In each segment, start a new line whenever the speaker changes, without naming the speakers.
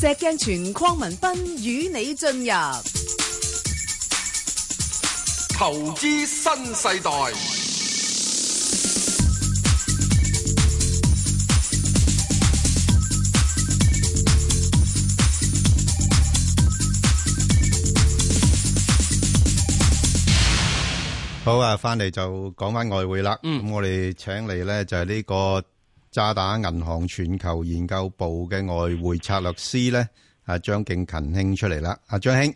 石鏡泉鄺民彬與你進入
投資新世代。
好啊，翻嚟就講翻外匯啦。咁、
嗯
我哋請嚟咧就係呢個渣打銀行全球研究部嘅外匯策略師咧，阿張敬勤兄出嚟啦。阿張兄，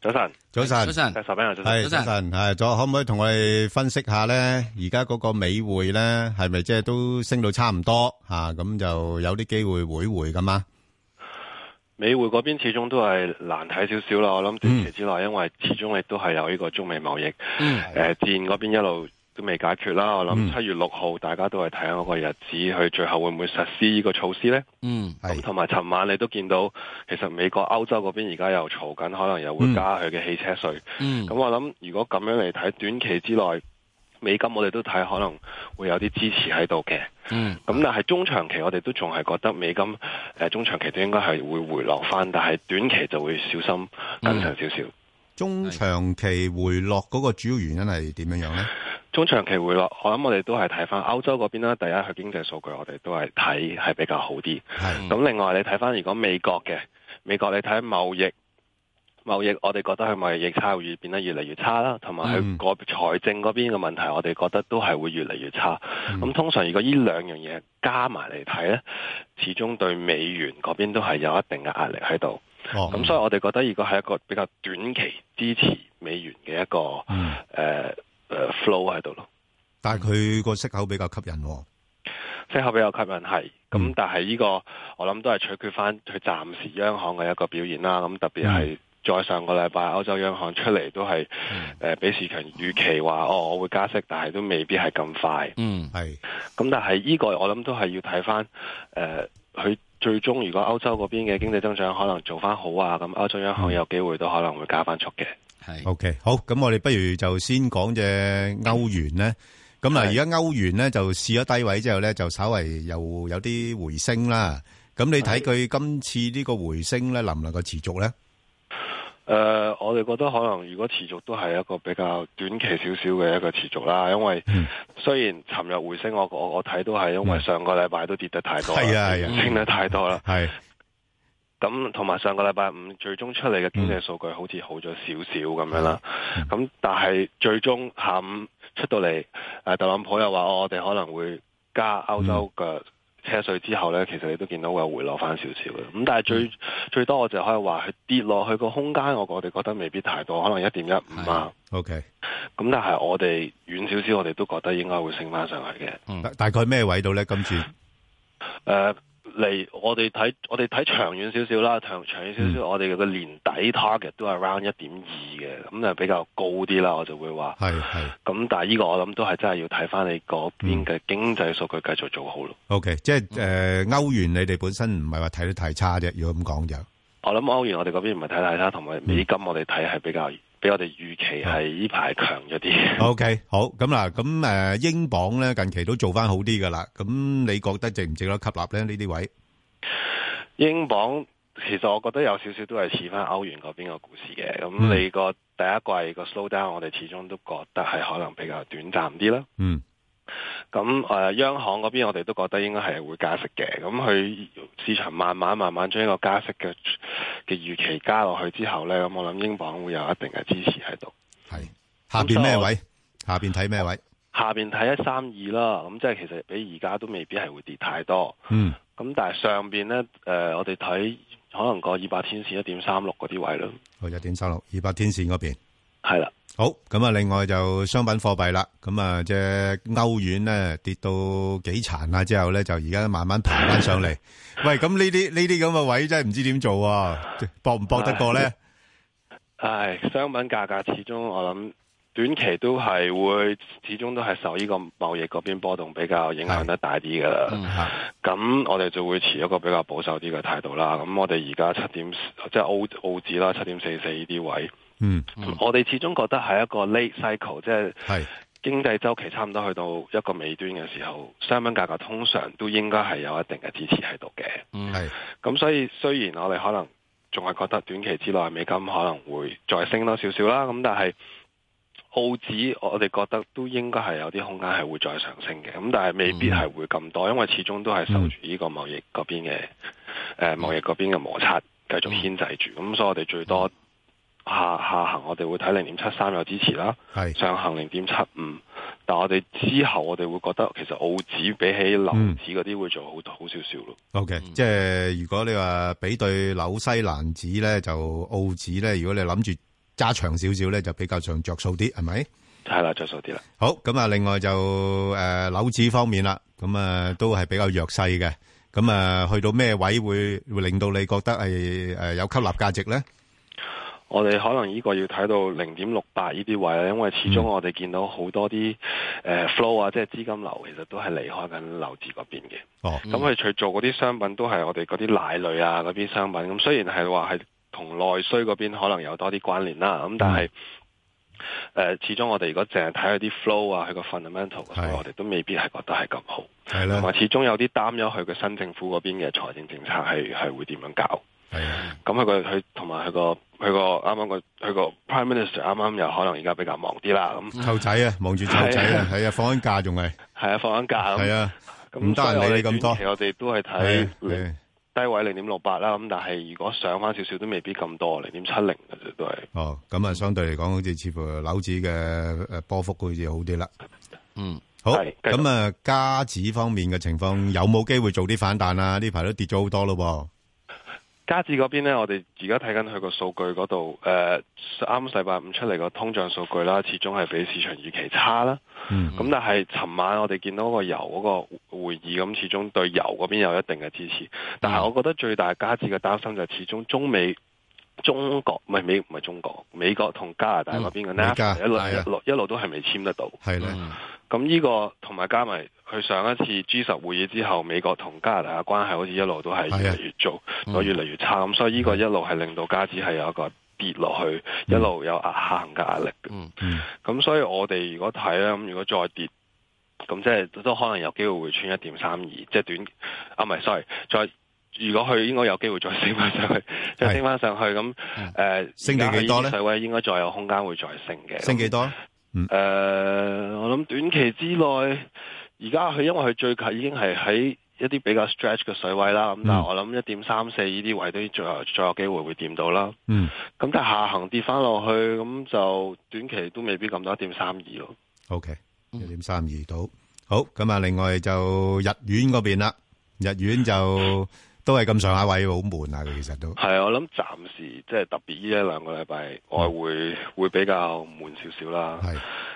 早晨，
早晨，
早晨石
嗯
Sir，早晨
係
早晨
早晨，係，再可唔可以同我哋分析下咧？而家嗰個美匯咧，係咪即係都升到差唔多吓？咁、就有啲機會會回咁啊？
美匯嗰邊始終都係難睇少少啦，我諗短期之內，因為始終亦都係有呢個中美貿易誒、呃、戰嗰邊一路都未解決啦。我諗七月六號大家都係睇下嗰個日子，佢最後會唔會實施呢個措施呢？
嗯，
咁同埋尋晚你都見到，其實美國、歐洲嗰邊而家又嘈緊，可能又會加佢嘅汽車稅。咁、
嗯
我諗，如果咁樣嚟睇，短期之內美金我哋都睇可能會有啲支持喺度嘅。
嗯
咁但係中長期我哋都仲係覺得美金誒、呃中長期都應該係會回落翻，但係短期就會小心謹慎少少。
中長期回落嗰個主要原因係點樣樣咧？
中長期回落，我諗我哋都係睇翻歐洲嗰邊啦。第一，佢經濟數據我哋都係睇係比較好啲。咁另外你睇翻如果美國嘅美國，你睇貿易貿易，我哋覺得佢貿易差會越變得越嚟越差啦，同埋佢個財政嗰邊嘅問題，我哋覺得都係會越嚟越差。
嗯
咁、通常如果呢兩樣嘢加埋嚟睇呢，始終對美元嗰邊都係有一定嘅壓力喺度。
哦
咁、所以我哋覺得如果係一個比較短期支持美元嘅一個誒誒、呃呃 flow 喺度咯。
但係佢個息口比較吸引、喎。
息口比較吸引係，咁但係呢個我諗都係取決翻佢暫時央行嘅一個表現啦。咁特別係再上個禮拜歐洲央行出嚟都係誒俾市場預期話哦，我會加息，但係都未必係咁快。
嗯，
係。
咁但係呢個我諗都係要睇翻誒，呃佢、最終如果歐洲嗰邊嘅經濟增長可能做翻好啊，咁歐洲央
嗯
行有機會都可能會加翻速嘅。
嗯
OK，好，咁我哋不如就先講隻歐元呢。咁嗱，而家歐元呢，就試咗低位之後呢，就稍為又有啲回升啦。咁你睇佢今次呢個回升呢，能唔能夠持續呢？
誒、呃我哋覺得可能如果持續都係一個比較短期少少嘅一個持續啦，因為
嗯
雖然尋日回升，我我我睇都係因為上個禮拜都跌得太多啦，
係啊係啊
升得太多啦。
係
咁同埋上個禮拜五最終出嚟嘅經濟數據好似好咗少少咁樣啦。咁、但係最終下午出到嚟，誒、特朗普又話、哦我哋可能會加歐洲嘅車税之後呢，其實你都見到會回落翻少少嘅。咁但係最、最多我就可以話佢跌落去個空間，我我哋覺得未必太多，可能一點一五啊。咁但係我哋遠少少，我哋都覺得應該會升翻上去嘅。
大-大概咩位度呢？今次？
誒呃嚟、我哋睇我哋睇長遠少少啦，長長遠少少，我哋嘅年底 target 都係 round 一點二嘅，咁就比較高啲啦，我就會話。咁但係呢個我諗都係真係要睇翻你嗰邊嘅經濟數據繼續做好咯。
係，係。OK，即係，誒，歐元你哋本身唔係話睇得太差啫，如果咁講就。
我諗歐元我哋嗰邊唔係睇太差，同埋美金我哋睇係比較比我哋預期係呢排強咗啲。
OK，好，咁嗱，咁，誒，英鎊呢，近期都做返好啲㗎啦。咁你覺得值唔值得吸納呢？呢啲位？
英鎊其實我覺得有少少都係似翻歐元嗰邊個故事嘅，咁
嗯
你個第一季個 slow down 我哋始終都覺得係可能比較短暫啲啦。
嗯。
咁誒、呃央行嗰邊我哋都覺得應該係會加息嘅，咁佢市場慢慢慢慢將呢個加息嘅嘅預期加落去之後呢，咁我諗英鎊會有一定嘅支持喺度。
下邊咩位？下邊睇咩位？
下邊睇一三二啦，咁即係其實比而家都未必係會跌太多。
嗯，
咁但係上邊呢，誒、呃我哋睇可能個二百天線一點三六嗰啲位咯，
好，1.36，200天線嗰邊。啊
係啦。
好，咁啊，另外就商品貨幣啦。咁啊，隻歐元呢，跌到幾殘啊，之後呢，就而家慢慢爬返上嚟。喂，咁呢啲-呢啲咁嘅位真係唔知點做喎，搏唔搏得過呢？
唉，商品價格始終我諗短期都係會，始終都係受呢個貿易嗰邊波動比較影響得大啲㗎啦。咁、我哋就會持一個比較保守啲嘅態度啦。咁我哋而家七點即係澳澳紙啦，七點四四呢啲位，
嗯，
我哋始終覺得係一個 late cycle，即係
係
經濟周期差唔多去到一個尾端嘅時候，商品價格通常都應該係有一定嘅支持喺度嘅。
嗯
係
咁所以雖然我哋可能仲係覺得短期之內美金可能會再升多少少啦，咁但係澳紙我哋覺得都應該係有啲空間係會再上升嘅，咁但係未必係會咁多，因為始終都係受住呢個貿易嗰邊嘅誒貿易嗰邊嘅摩擦繼續牽制住，咁所以我哋最多下下行我哋會睇零點七三有支持啦。
係
上行零點七五，但我哋之後我哋會覺得其實澳紙比起樓指嗰啲會做好好少少咯。
，OK，即係如果你話比對紐西蘭紙咧，就澳紙咧，如果你諗住揸長少少咧，就比較上着數啲，係咪？
係啦，着數啲啦。
好，咁啊，另外就诶楼指方面啦，咁啊都係比較弱勢嘅，咁啊去到咩位會會令到你覺得係诶有吸納價值咧？
我哋可能呢個要睇到零點六八呢啲位啦，因為始終我哋見到好多啲誒、呃 flow 啊，即係資金流其實都係離開緊樓指嗰邊嘅。
哦，
咁佢除做嗰啲商品都係我哋嗰啲奶類啊嗰啲商品，咁雖然係話係同內需嗰邊可能有多啲關聯啦，咁但係誒、呃始終我哋如果淨係睇佢啲 flow 啊，佢個 fundamental，所以我哋都未必係覺得係咁好，
係
同
啦
埋，始終有啲擔憂佢個新政府嗰邊嘅財政政策係係會點樣搞，
係啊，
咁佢個佢同埋佢個佢個啱啱個佢個 prime minister 啱啱又可能而家比較忙啲啦，咁
湊仔啊，望住湊仔啊，係啊，放緊假仲係，
係啊放緊假
係
咁，
啊，唔
咁
得
所以
閒
我
理
哋
你咁
短
多
期我哋都
係
係睇
啊係啊
低位零點六八啦，咁但係如果上翻少少都未必咁多，零點七零嘅啫都係。
哦，咁啊，相對嚟講，好似似乎樓指嘅诶波幅好似好啲啦。
嗯
好，
係繼續
咁啊，加指方面嘅情況有冇機會做啲反彈啊？呢排都跌咗好多咯
加治嗰邊呢，我哋而家睇緊佢個數據嗰度，呃誒啱啱禮拜五出嚟個通脹數據啦，始終係比市場預期差啦。
喎，嗯，
咁但係尋晚我哋見到個油嗰個會議，咁始終對油嗰邊有一定嘅支持。但
嗯
係我覺得最大加治嘅擔心就係始終中美。中國唔係美唔係中國，美國同加拿大嗰邊嘅
美加
NAFTA 一路
係啊
一路一路都係未簽得到。
係咧，
嗯
咁呢個同埋加埋佢上一次 G 十會議之後，美國同加拿大嘅關係好似一路都係
啊
越嚟越做，
嗯
所以越嚟越差。咁所以呢個一路係令到加指係有一個跌落去，一路有壓下行嘅壓力嘅。
嗯
嗯，
咁所以我哋如果睇啦，咁如果再跌，咁即係都可能有機會會穿一點三二，即係短啊，唔係，sorry，再。如果佢應該有機會再升翻上去，再
係嗯
升翻上去咁，誒、呃、
升到幾多呢
而家佢呢啲水位應該再有空間會再升嘅。
升幾多？
誒、我諗短期之內，而家佢因為佢最近已經係喺一啲比較 stretch 嘅水位啦，咁
嗯
但係我諗一點三四呢啲位都最有最有機會會掂到啦。
嗯。
咁但係下行跌翻落去，咁就短期都未必咁多一點三二咯。
OK，1.32到。好，咁啊，另外就日元嗰邊啦。日元就都係咁上下位，好悶啊，佢其實都。
係，我諗暫時即係特別呢一兩個禮拜外匯會比較悶少少啦。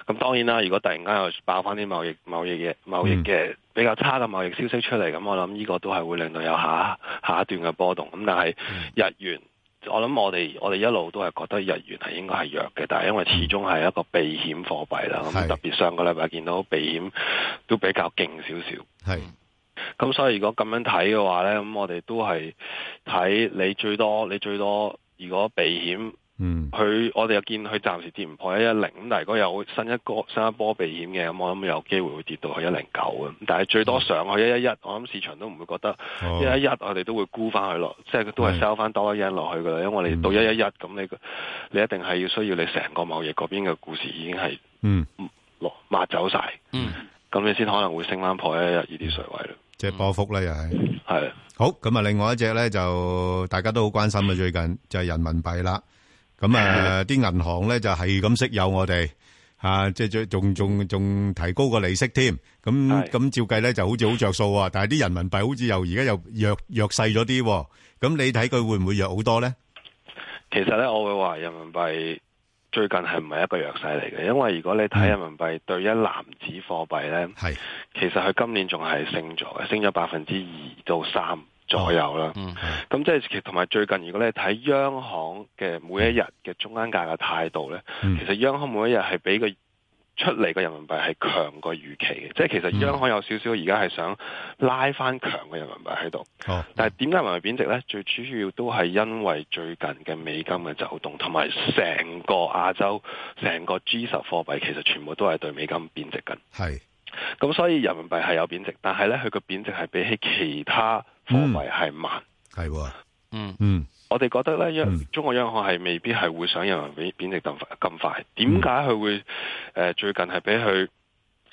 咁當然啦，如果突然間又爆翻啲貿易貿易嘅貿易嘅比較差嘅貿易消息出嚟，咁我諗呢個都係會令到有下下一段嘅波動。咁但係日元，我諗我哋我哋一路都係覺得日元係應該係弱嘅，但係因為始終係一個避險貨幣啦。
係
咁特別上個禮拜見到避險都比較勁少少。
係，係，嗯，
咁所以如果咁樣睇嘅話呢，咁我哋都係睇你最多你最多如果避險。
嗯
佢我哋又見佢暫時跌唔破一一零，咁但係如果有新一個新一波避險嘅，咁我諗有機會會跌到去一零九嘅。但係最多上去一一一，我諗市場都唔會覺得
哦
一一一，我哋都會沽翻佢落，即係都
係
係 sell 翻多一 yen 落去㗎啦。因為你到一一一咁，你你一定係要需要你成個貿易嗰邊嘅故事已經係
嗯
落抹走晒，
嗯
咁你先可能會升翻破一一一呢啲水位咯。
嗯，即係波幅啦，又係。好，咁啊，另外一隻呢，就大家都好關心啊，最近，就係人民幣啦。咁啊，啲銀行呢，就係咁息誘我哋，啊，即係仲-仲-仲-仲提高個利息添。咁-
係。
咁照計呢，就好似好着數喎，但係啲人民幣好似又-而家又弱-弱勢咗啲喎。咁你睇佢會唔會弱好多呢？
其實咧，我會話人民幣最近係唔係一個弱勢嚟嘅？因為如果你睇人民幣對一籃子貨幣咧。
係
其實佢今年仲係升咗嘅，升咗百分之二到三左右啦。
嗯
咁即係其同埋最近，如果你睇央行嘅每一日嘅中間價嘅態度呢，
嗯
其實央行每一日係俾個出嚟嘅人民幣係強過預期嘅，即係其實央行有少少而家係想拉翻強嘅人民幣喺度。
哦，
但係點解人民幣貶值呢？最主要都係因為最近嘅美金嘅走動，同埋成個亞洲、成個 G 十貨幣其實全部都係對美金貶值緊。
係，
咁所以人民幣係有貶值，但係呢，佢個貶值係比起其他貨幣係慢。
係喎，
嗯
嗯，
我哋覺得咧，央
嗯
中國央行係未必係會想人民幣貶值咁快咁快。點解佢會誒、呃最近係俾佢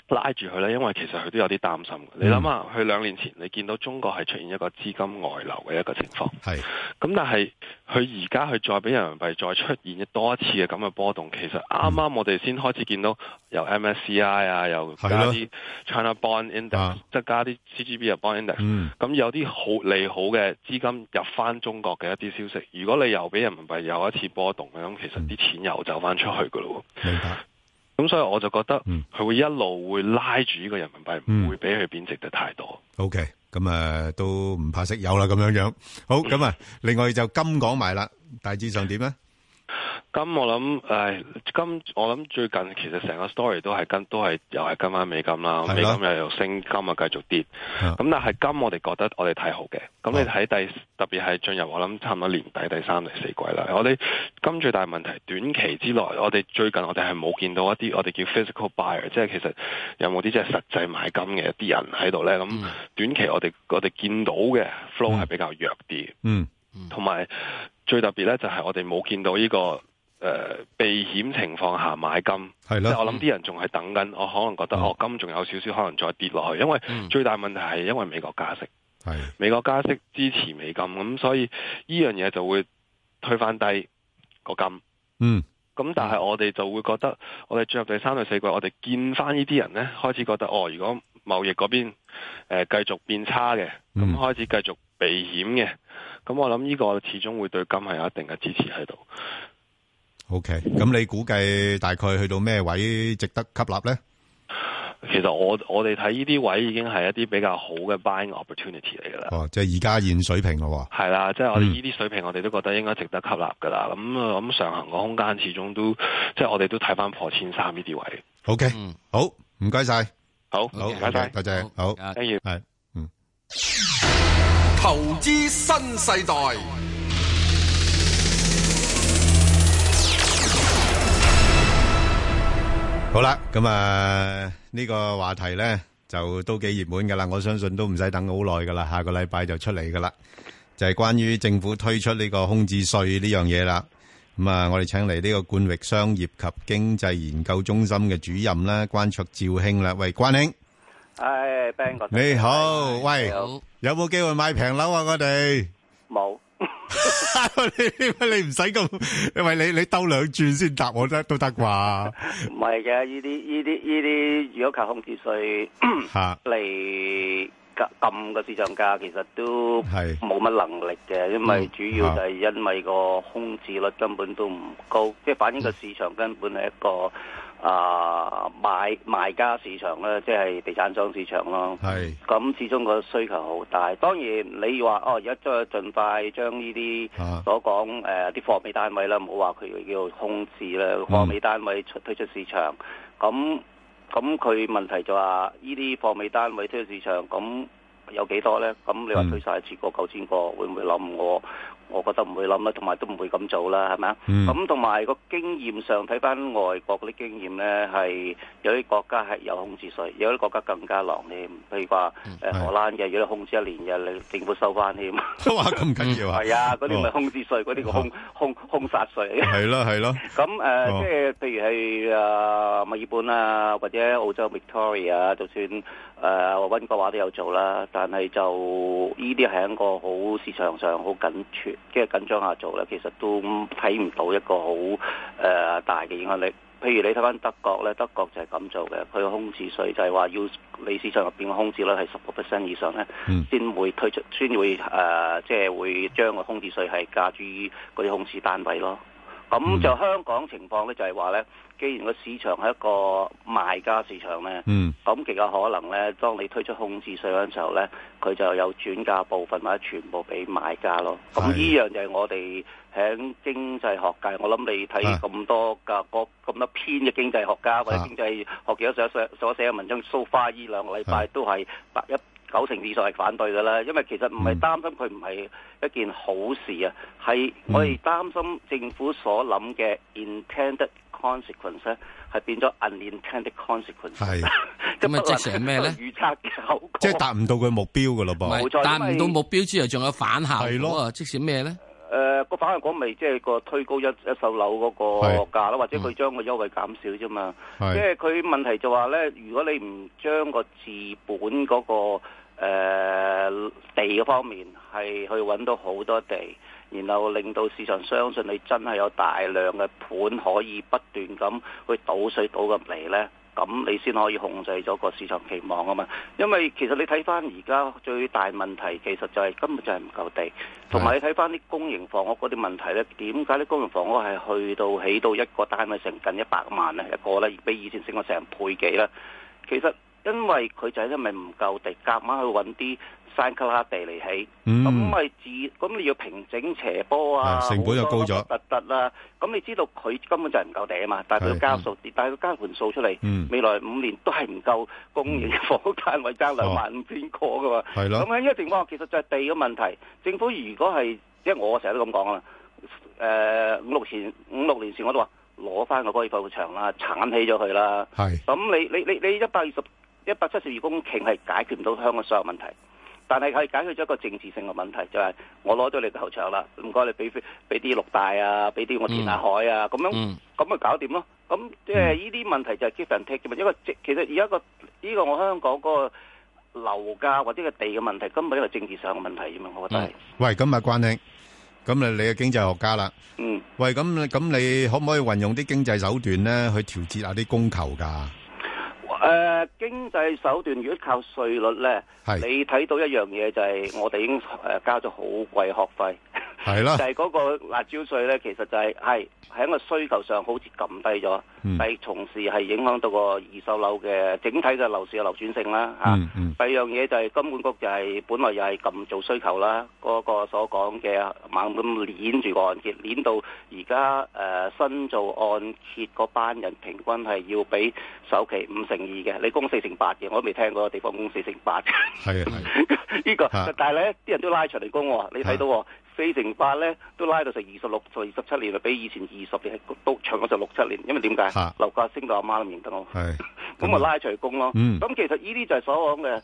拉住佢呢？因為其實佢都有啲擔心嘅。你諗下，佢兩年前你見到中國係出現一個資金外流嘅一個情況，
係，
咁但係佢而家佢再俾人民幣再出現多一次嘅咁嘅波動，其實啱啱我哋先開始見到由 MSCI 啊，又
嗯係
加
咯
啲 China Bond Index，
啊
即係加啲 CGB 嘅 Bond Index。
嗯，
咁有啲好利好嘅資金入翻中國嘅一啲消息，如果你又俾人民幣有一次波動咧，咁其
嗯
實啲錢又走翻出去噶咯
明白，
喎。咁所以我就覺得
嗯
佢會一路會拉住呢個人民幣，
嗯
唔會俾佢貶值得太多。
OK，咁啊都唔怕食油啦，咁樣樣。好，咁啊，另外就金講埋啦，大致上點咧？
咁我諗，唉，今我諗最近其實成個 story 都係跟都係又係跟翻美金啦，
係
美
啦
金又又升，金啊繼續跌。
啊
咁但係金我哋覺得我哋睇好嘅。咁你睇第特別係進入我諗差唔多年底第三、第四季啦。我哋金最大問題短期之內，我哋最近我哋係冇見到一啲我哋叫 physical buyer，即係其實有冇啲即係實際買金嘅一啲人喺度呢？咁
嗯
短期我哋我哋見到嘅 flow
嗯
係比較弱啲。
嗯，
同埋最特別咧，就係我哋冇見到呢、個誒、呃避險情況下買金，
係
即係
咯，
我諗啲人仲係等緊，我可能覺得
嗯
哦金仲有少少可能再跌落去，因為
嗯
最大問題係因為美國加息，
係，
美國加息支持美金，咁所以呢樣嘢就會推返低個金。
嗯，
咁但係我哋就會覺得，我哋進入第三、第四季，我哋見翻呢啲人呢，開始覺得哦，如果貿易嗰邊誒、呃、繼續變差嘅，咁
嗯
開始繼續避險嘅，咁我諗呢個始終會對金係有一定嘅支持喺度。
OK，咁你估計大概去到咩位值得吸納咧？
其實我我哋睇呢啲位已經係一啲比較好嘅 buying opportunity 嚟㗎啦。
哦，即係而家現水平咯
係啦，即係我哋
嗯
呢啲水平，我哋都覺得應該值得吸納㗎啦。咁啊咁上行嘅空間始終都，即係我哋都睇翻破千三呢啲位。
喎。OK，
嗯，
好，唔該晒，好，
好，唔
OK，
該晒，
多謝，好，
啊
跟住。
係。
投資新世代，
好啦，咁啊呢個話題咧就都幾熱門噶啦，我相信都唔使等好耐噶啦，下個禮拜就出嚟噶啦，就係關於政府推出呢個空置稅呢樣嘢啦。咁啊，我哋請嚟呢個冠域商業及經濟研究中心嘅主任啦，關卓照兄啦，喂，關兄，
唉，Ben 哥，
你 好，喂，
好
有冇機會買平樓啊？我哋，
冇
你你唔使咁，喂，你你兜兩轉先答我得都得啩？
唔係嘅，呢啲呢啲呢啲，如果靠空置税
吓，
嚟撳個市場價，其實都
係
冇乜能力嘅，因為
嗯
主要就係因為個空置率根本都唔高，即係反映個市場根本係一個啊賣賣家市場啦，即係地產商市場咯。
係，
咁始終個需求好大，當然你話哦，而家再盡快將呢啲
啊
所講誒啲貨尾單位啦，唔好話佢叫空置啦，
嗯
貨尾單位出推出市場，咁咁佢問題就話呢啲貨尾單位推出市場，咁有幾多呢？咁你話
嗯
推晒超過九千個，會唔會諗我？我覺得唔會諗啦，同埋都唔會咁做啦，係咪啊？
嗯
咁同埋個經驗上睇翻外國啲經驗呢，係有啲國家係有空置稅，有啲國家更加狼添。譬如話誒
嗯係
荷蘭嘅，如果你空置一年嘅，你政府收翻添。
都話咁緊要啊？
係啊，嗰啲咪
哦
空置稅，嗰啲叫空空空殺稅。
係咯，係咯。
咁誒，呃
哦
即係譬如係誒墨爾本啊，或者澳洲 Victoria，啊就算誒温哥華都有做啦，但係就呢啲係一個好市場上好緊缺，即係緊張下做咧，其實都睇唔到一個好誒、呃大嘅影響力。譬如你睇翻德國咧，德國就係咁做嘅，佢個空置稅就係話要你市場入邊嘅空置率係十個 percent 以上咧，
嗯
先會推出，先會誒、呃即係會將個空置税係加諸於嗰啲空置單位咯。咁就香港情況咧，就係話咧，既然個市場係一個賣家市場咧，
嗯
咁極有可能咧，當你推出控制税嗰陣時候咧，佢就有轉嫁部分或者全部俾買家咯。咁
係
呢樣就係我哋喺經濟學界，我諗你
啊
睇咁多嘅嗰咁多篇嘅經濟學家或者
啊
經濟學者所寫所寫嘅文章，so far 呢兩個禮
啊
拜都係百一。九成以上係反對㗎啦，因為其實唔係
嗯
擔心佢唔係一件好事啊，係
嗯
我哋擔心政府所諗嘅 intended consequence 咧，係變咗 unintended consequence。
係，
即不
咁啊
能
即係咩呢
不能預測嘅後果。
即係達唔到佢目標噶咯
唔
噃
冇。
係
錯
達
因為
唔到目標之後，仲有反效
係
果啊！
咯
即是咩咧？
誒個反向講咪即係個推高一一手樓嗰
係
個價啦，或者佢將個優惠減少啫嘛。即
係
係佢問題就話咧，如果你唔將個治本嗰、個、呃、地嘅方面係去揾到好多地，然後令到市場相信你真係有大量嘅盤可以不斷咁去倒水倒入嚟咧。咁你先可以控制咗個市場期望啊嘛，因為其實你睇翻而家最大問題其實就係根本就係唔夠地，同埋你睇翻啲公營房屋嗰啲問題咧，點解啲公營房屋係去到起到一個單位成近一百萬咧一個咧，比以前升咗成倍幾咧？其實因為佢就係因為唔夠地，夾硬去揾啲山卡拉地嚟起，
嗯
咁咪自咁你要平整斜坡啊，
係成本就高咗
好多凹凸突啦。咁你知道佢根本就係唔夠地啊嘛，但係佢
係
要交數，但係佢交盤數出嚟，
嗯
未來五年都係唔夠公營房屋單位爭兩萬五千個噶嘛。
哦係
咁
咯，
喺呢個情況下，其實就係地嘅問題。政府如果係，即係我成日都咁講啦，啊誒、五六前五六年前我都話攞翻個高爾夫球場啦，剷起咗佢啦。
係
咁你你你你一百二十一百七十二公頃係解決唔到香港所有問題，但係係解決咗一個政治性嘅問題，就係、我攞咗你個球場啦，唔該你俾俾啲綠帶啊，俾啲我填下海啊，咁、樣
嗯，
咁咪搞掂咯。咁即係呢啲問題就係 give and take 啫嘛。因為即其實而家個呢個我香港嗰個樓價或者個地嘅問題，根本係一個政治上嘅問題啫嘛。我覺得係，
喂，咁啊，關兄，咁你你嘅經濟學家啦，
嗯，
喂，咁你咁你可唔可以運用啲經濟手段咧去調節下啲供求㗎？
嗯誒、經濟手段如果靠稅率咧，
係
你睇到一樣嘢就係我哋已經誒、交咗好貴學費。
係啦
就，係嗰個辣椒税咧，其實就係係喺一個需求上好似撳低咗，
嗯
但係同時係影響到個二手樓嘅整體嘅樓市嘅流轉性啦嚇。
嗯嗯
第二樣嘢就係金管局就係本來又係撳做需求啦，嗰、個所講嘅猛咁攣住個按揭，攣到而家誒新做按揭嗰班人平均係要俾首期五成二嘅，你供四成八嘅，我都未聽過個地方供四成八嘅。
係係
呢個，
嚇
但係咧，啲人都拉長嚟供喎，你睇到喎，四乘八咧都拉到成二十六、二十七年，比以前二十年係都長咗成六七年，因為點
嚇
解？樓價升到阿媽都唔認得我，
係，
咁我拉長嚟供咯。
嗯
咁其實呢啲就係所講嘅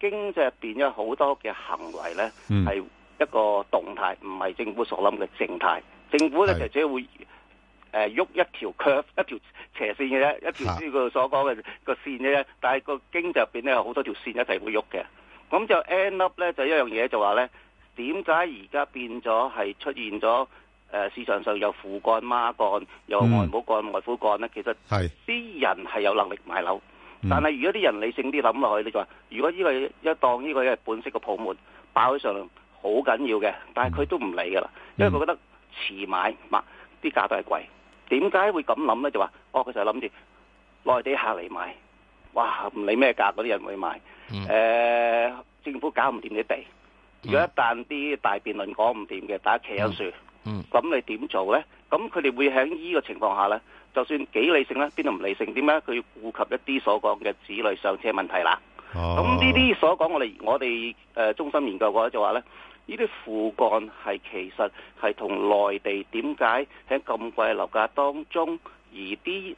經濟入邊有好多嘅行為咧，
嗯
係一個動態，唔係政府所諗嘅靜態。政府咧
係
就只會誒喐一條 curve，一條斜線嘅啫，一條
嚇
呢個所講嘅個線嘅啫。但係個經濟入邊咧有好多條線一齊會喐嘅。咁就 end up 咧就一樣嘢就話咧，點解而家變咗係出現咗誒、呃市場上有父幹、媽幹、有
嗯
外母幹、外父幹咧？其實
係
啲人係有能力買樓，
嗯
但係如果啲人理性啲諗落去，你就話如果呢個一當呢個係本色嘅泡沫爆起上嚟，好緊要嘅，但係佢都唔理㗎啦，因為佢覺得遲買買啲價都係貴。點解會咁諗呢？就話哦，佢就係諗住內地客嚟買，哇唔理咩價嗰啲人會買。
嗯
誒、政府搞唔掂啲地，如果一旦啲大辯論講唔掂嘅，大家企喺樹。咁你點做呢？咁佢哋會喺呢個情況下呢，就算幾理性呢，邊度唔理性？點解佢要顧及一啲所講嘅子女上車問題啦？
哦
咁呢啲所講，我哋我哋誒、呃中心研究過就話呢，呢啲父幹係其實係同內地點解喺咁貴嘅樓價當中，而啲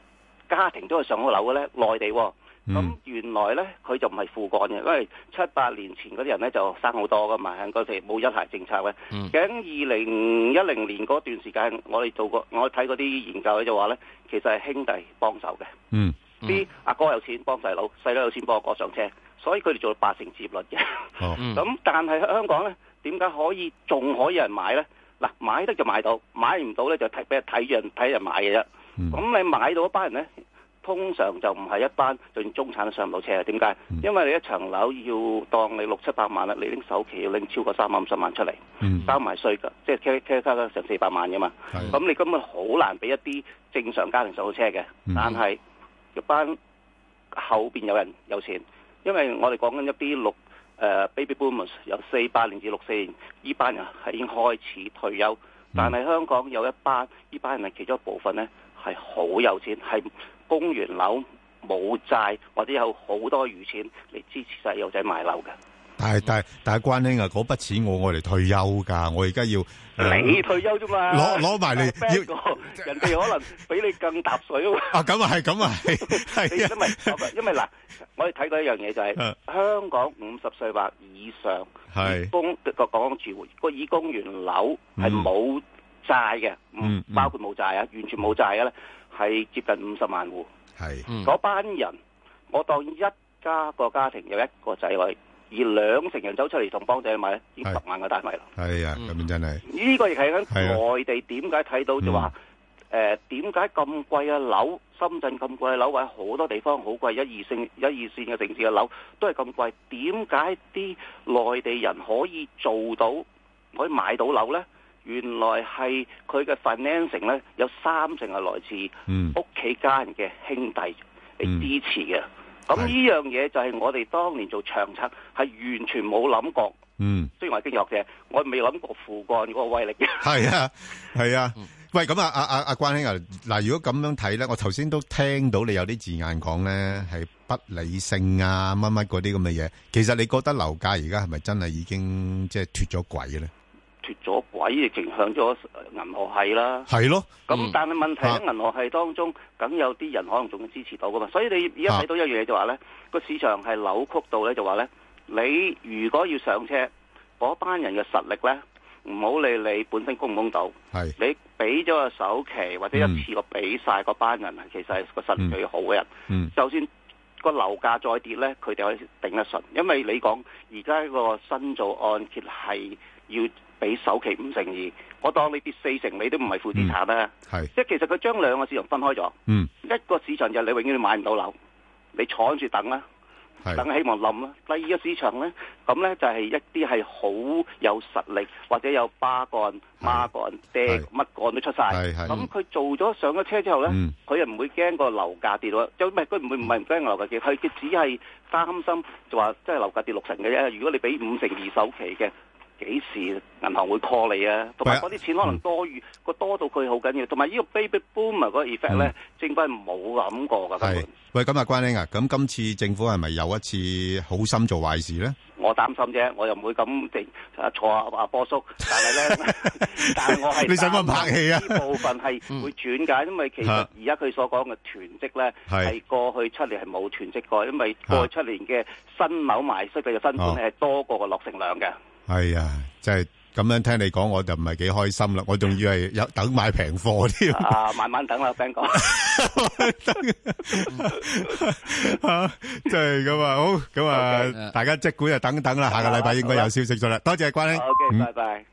家庭都係上咗樓嘅呢？內地喎、咁、
嗯
原來呢，佢就唔係父幹嘅，因為七八年前嗰啲人呢就生好多噶嘛，喺嗰時冇一孩政策呢。
嗯
喺二零一零年嗰段時間，我哋做過，我睇嗰啲研究呢就話呢，其實係兄弟幫手嘅。
嗯
啲阿哥有錢幫細佬，細佬有錢幫阿哥上車，所以佢哋做到八成接率嘅。
哦
嗯
咁、但係香港呢，點解可以仲可以有人買呢？嗱，買得就買到，買唔到呢就睇俾人睇住人睇人買嘅啫。
嗯
咁你買到一班人呢，通常就唔係一班就算中產都上唔到車，點解？
嗯
因為你一層樓要當你六七百萬啦，你拎首期要拎超過三百五十萬出嚟，
嗯
包埋税㗎，即係 c a r 成四百萬㗎嘛。
係
咁你根本好難俾一啲正常家庭上到車嘅
嗯，
但係一班後邊有人有錢，因為我哋講緊一啲六誒、呃 baby boomers 由四八年至六四年，呢班人係已經開始退休，
嗯
但係香港有一班呢班人係其中一部分呢，係好有錢，係供完樓冇債或者有好多餘錢嚟支持細路仔買樓嘅。
但係但係但係關兄啊，嗰筆錢我我嚟退休㗎，我而家要
你退休啫嘛，
嗯攞攞埋嚟
阿 Ben
要
哥人哋可能比你更揼水啊嘛。
啊咁啊係咁啊係
你
係
因
啊
為因為嗱，我哋睇到一樣嘢就係、香港五十歲或以上
係
以供個港住户個以供完樓係
嗯
冇債嘅，
嗯
唔
嗯
包括冇債啊，完全冇債嘅咧，係接近五十萬户。
係
嗯
嗰班人，我當一家個家庭有一個仔女，而兩成人走出嚟同幫仔買咧，已經十
係
萬個單位啦。
係啊，咁樣真係
呢個亦係
係啊嗯
喺內地點解睇到就話誒點解咁貴嘅樓，深圳咁貴嘅樓，或者好多地方好貴，一二線一二線嘅城市嘅樓都係咁貴，點解啲內地人可以做到可以買到樓呢？原來係佢嘅 financing 呢，有三成係來自
嗯
屋企家人嘅兄弟
嗯
嚟支持嘅。咁
係
呢樣嘢就係我哋當年做長策係完全冇諗過。
嗯。
雖然我係經濟學者，我未諗過父幹嗰個威力嘅。
系啊，系啊。喂，咁啊，阿阿阿關兄啊，嗱，如果咁樣睇咧，我頭先都聽到你有啲字眼講咧，係不理性啊，乜乜嗰啲咁嘅嘢。其實你覺得樓價而家係咪真係已經即係脱咗軌咧？
脱咗軌，亦影響咗銀河系啦。
係咯，
咁、
嗯
但係問題
啊
喺銀河系當中，梗有啲人可能仲支持到噶嘛。所以你而
啊
家睇到一樣嘢就話呢個市場係扭曲到呢，就話呢，你如果要上車，嗰班人嘅實力呢，唔好理你本身供唔供到，
係
你俾咗個首期或者
嗯
一次過俾晒嗰班人，其實係個實
嗯
力最好嘅人。
嗯
就算個樓價再跌呢，佢哋可以頂得順，因為你講而家個新造按揭係要俾首期五成二，我當你跌四成，你都唔係負資產啦。
係
即係其實佢將兩個市場分開咗，
嗯
一個市場就係你永遠買唔到樓，你坐住等啦，等
係
希望冧啦。第二個市場呢，咁呢就係一啲係好有實力或者有巴幹、媽幹、爹
係
乜幹都出晒。
係係
咁佢做咗上咗車之後呢。
嗯
佢又唔會驚個樓價跌咯，就唔係佢唔會唔係唔驚樓價跌，佢佢只係擔心就話即係樓價跌六成嘅啫。如果你俾五成二首期嘅，幾時銀行會 call 你啊？同
喂
埋嗰啲錢可能多餘，
嗯
個、多到佢好緊要。同埋呢個 baby boomer 嗰個 effect 咧，政府係冇諗過㗎。根
係
本。
喂，咁啊，關兄啊，咁今次政府係咪有一次好心做壞事咧？
我擔心啫，我又唔會咁定啊坐阿阿波叔，但係咧， 但係我係
你使乜
擔心
拍戲啊
呢部分係會轉解，因為其實
嚇
而家佢所講嘅囤積咧，
係
係過去七年係冇囤積過，因為過去七年嘅新樓賣出嘅新盤
哦
係多過個落成量嘅。
係啊，即係咁樣聽你講，我就唔係幾開心啦。我仲以為有等買平貨 添。
啊，慢慢等啦 ，Ben 哥。
啊，真係咁啊，好，咁啊，大家即管就等等啦，下個禮拜應該有消息咗啦。多謝關兄。
OK，
嗯
拜拜。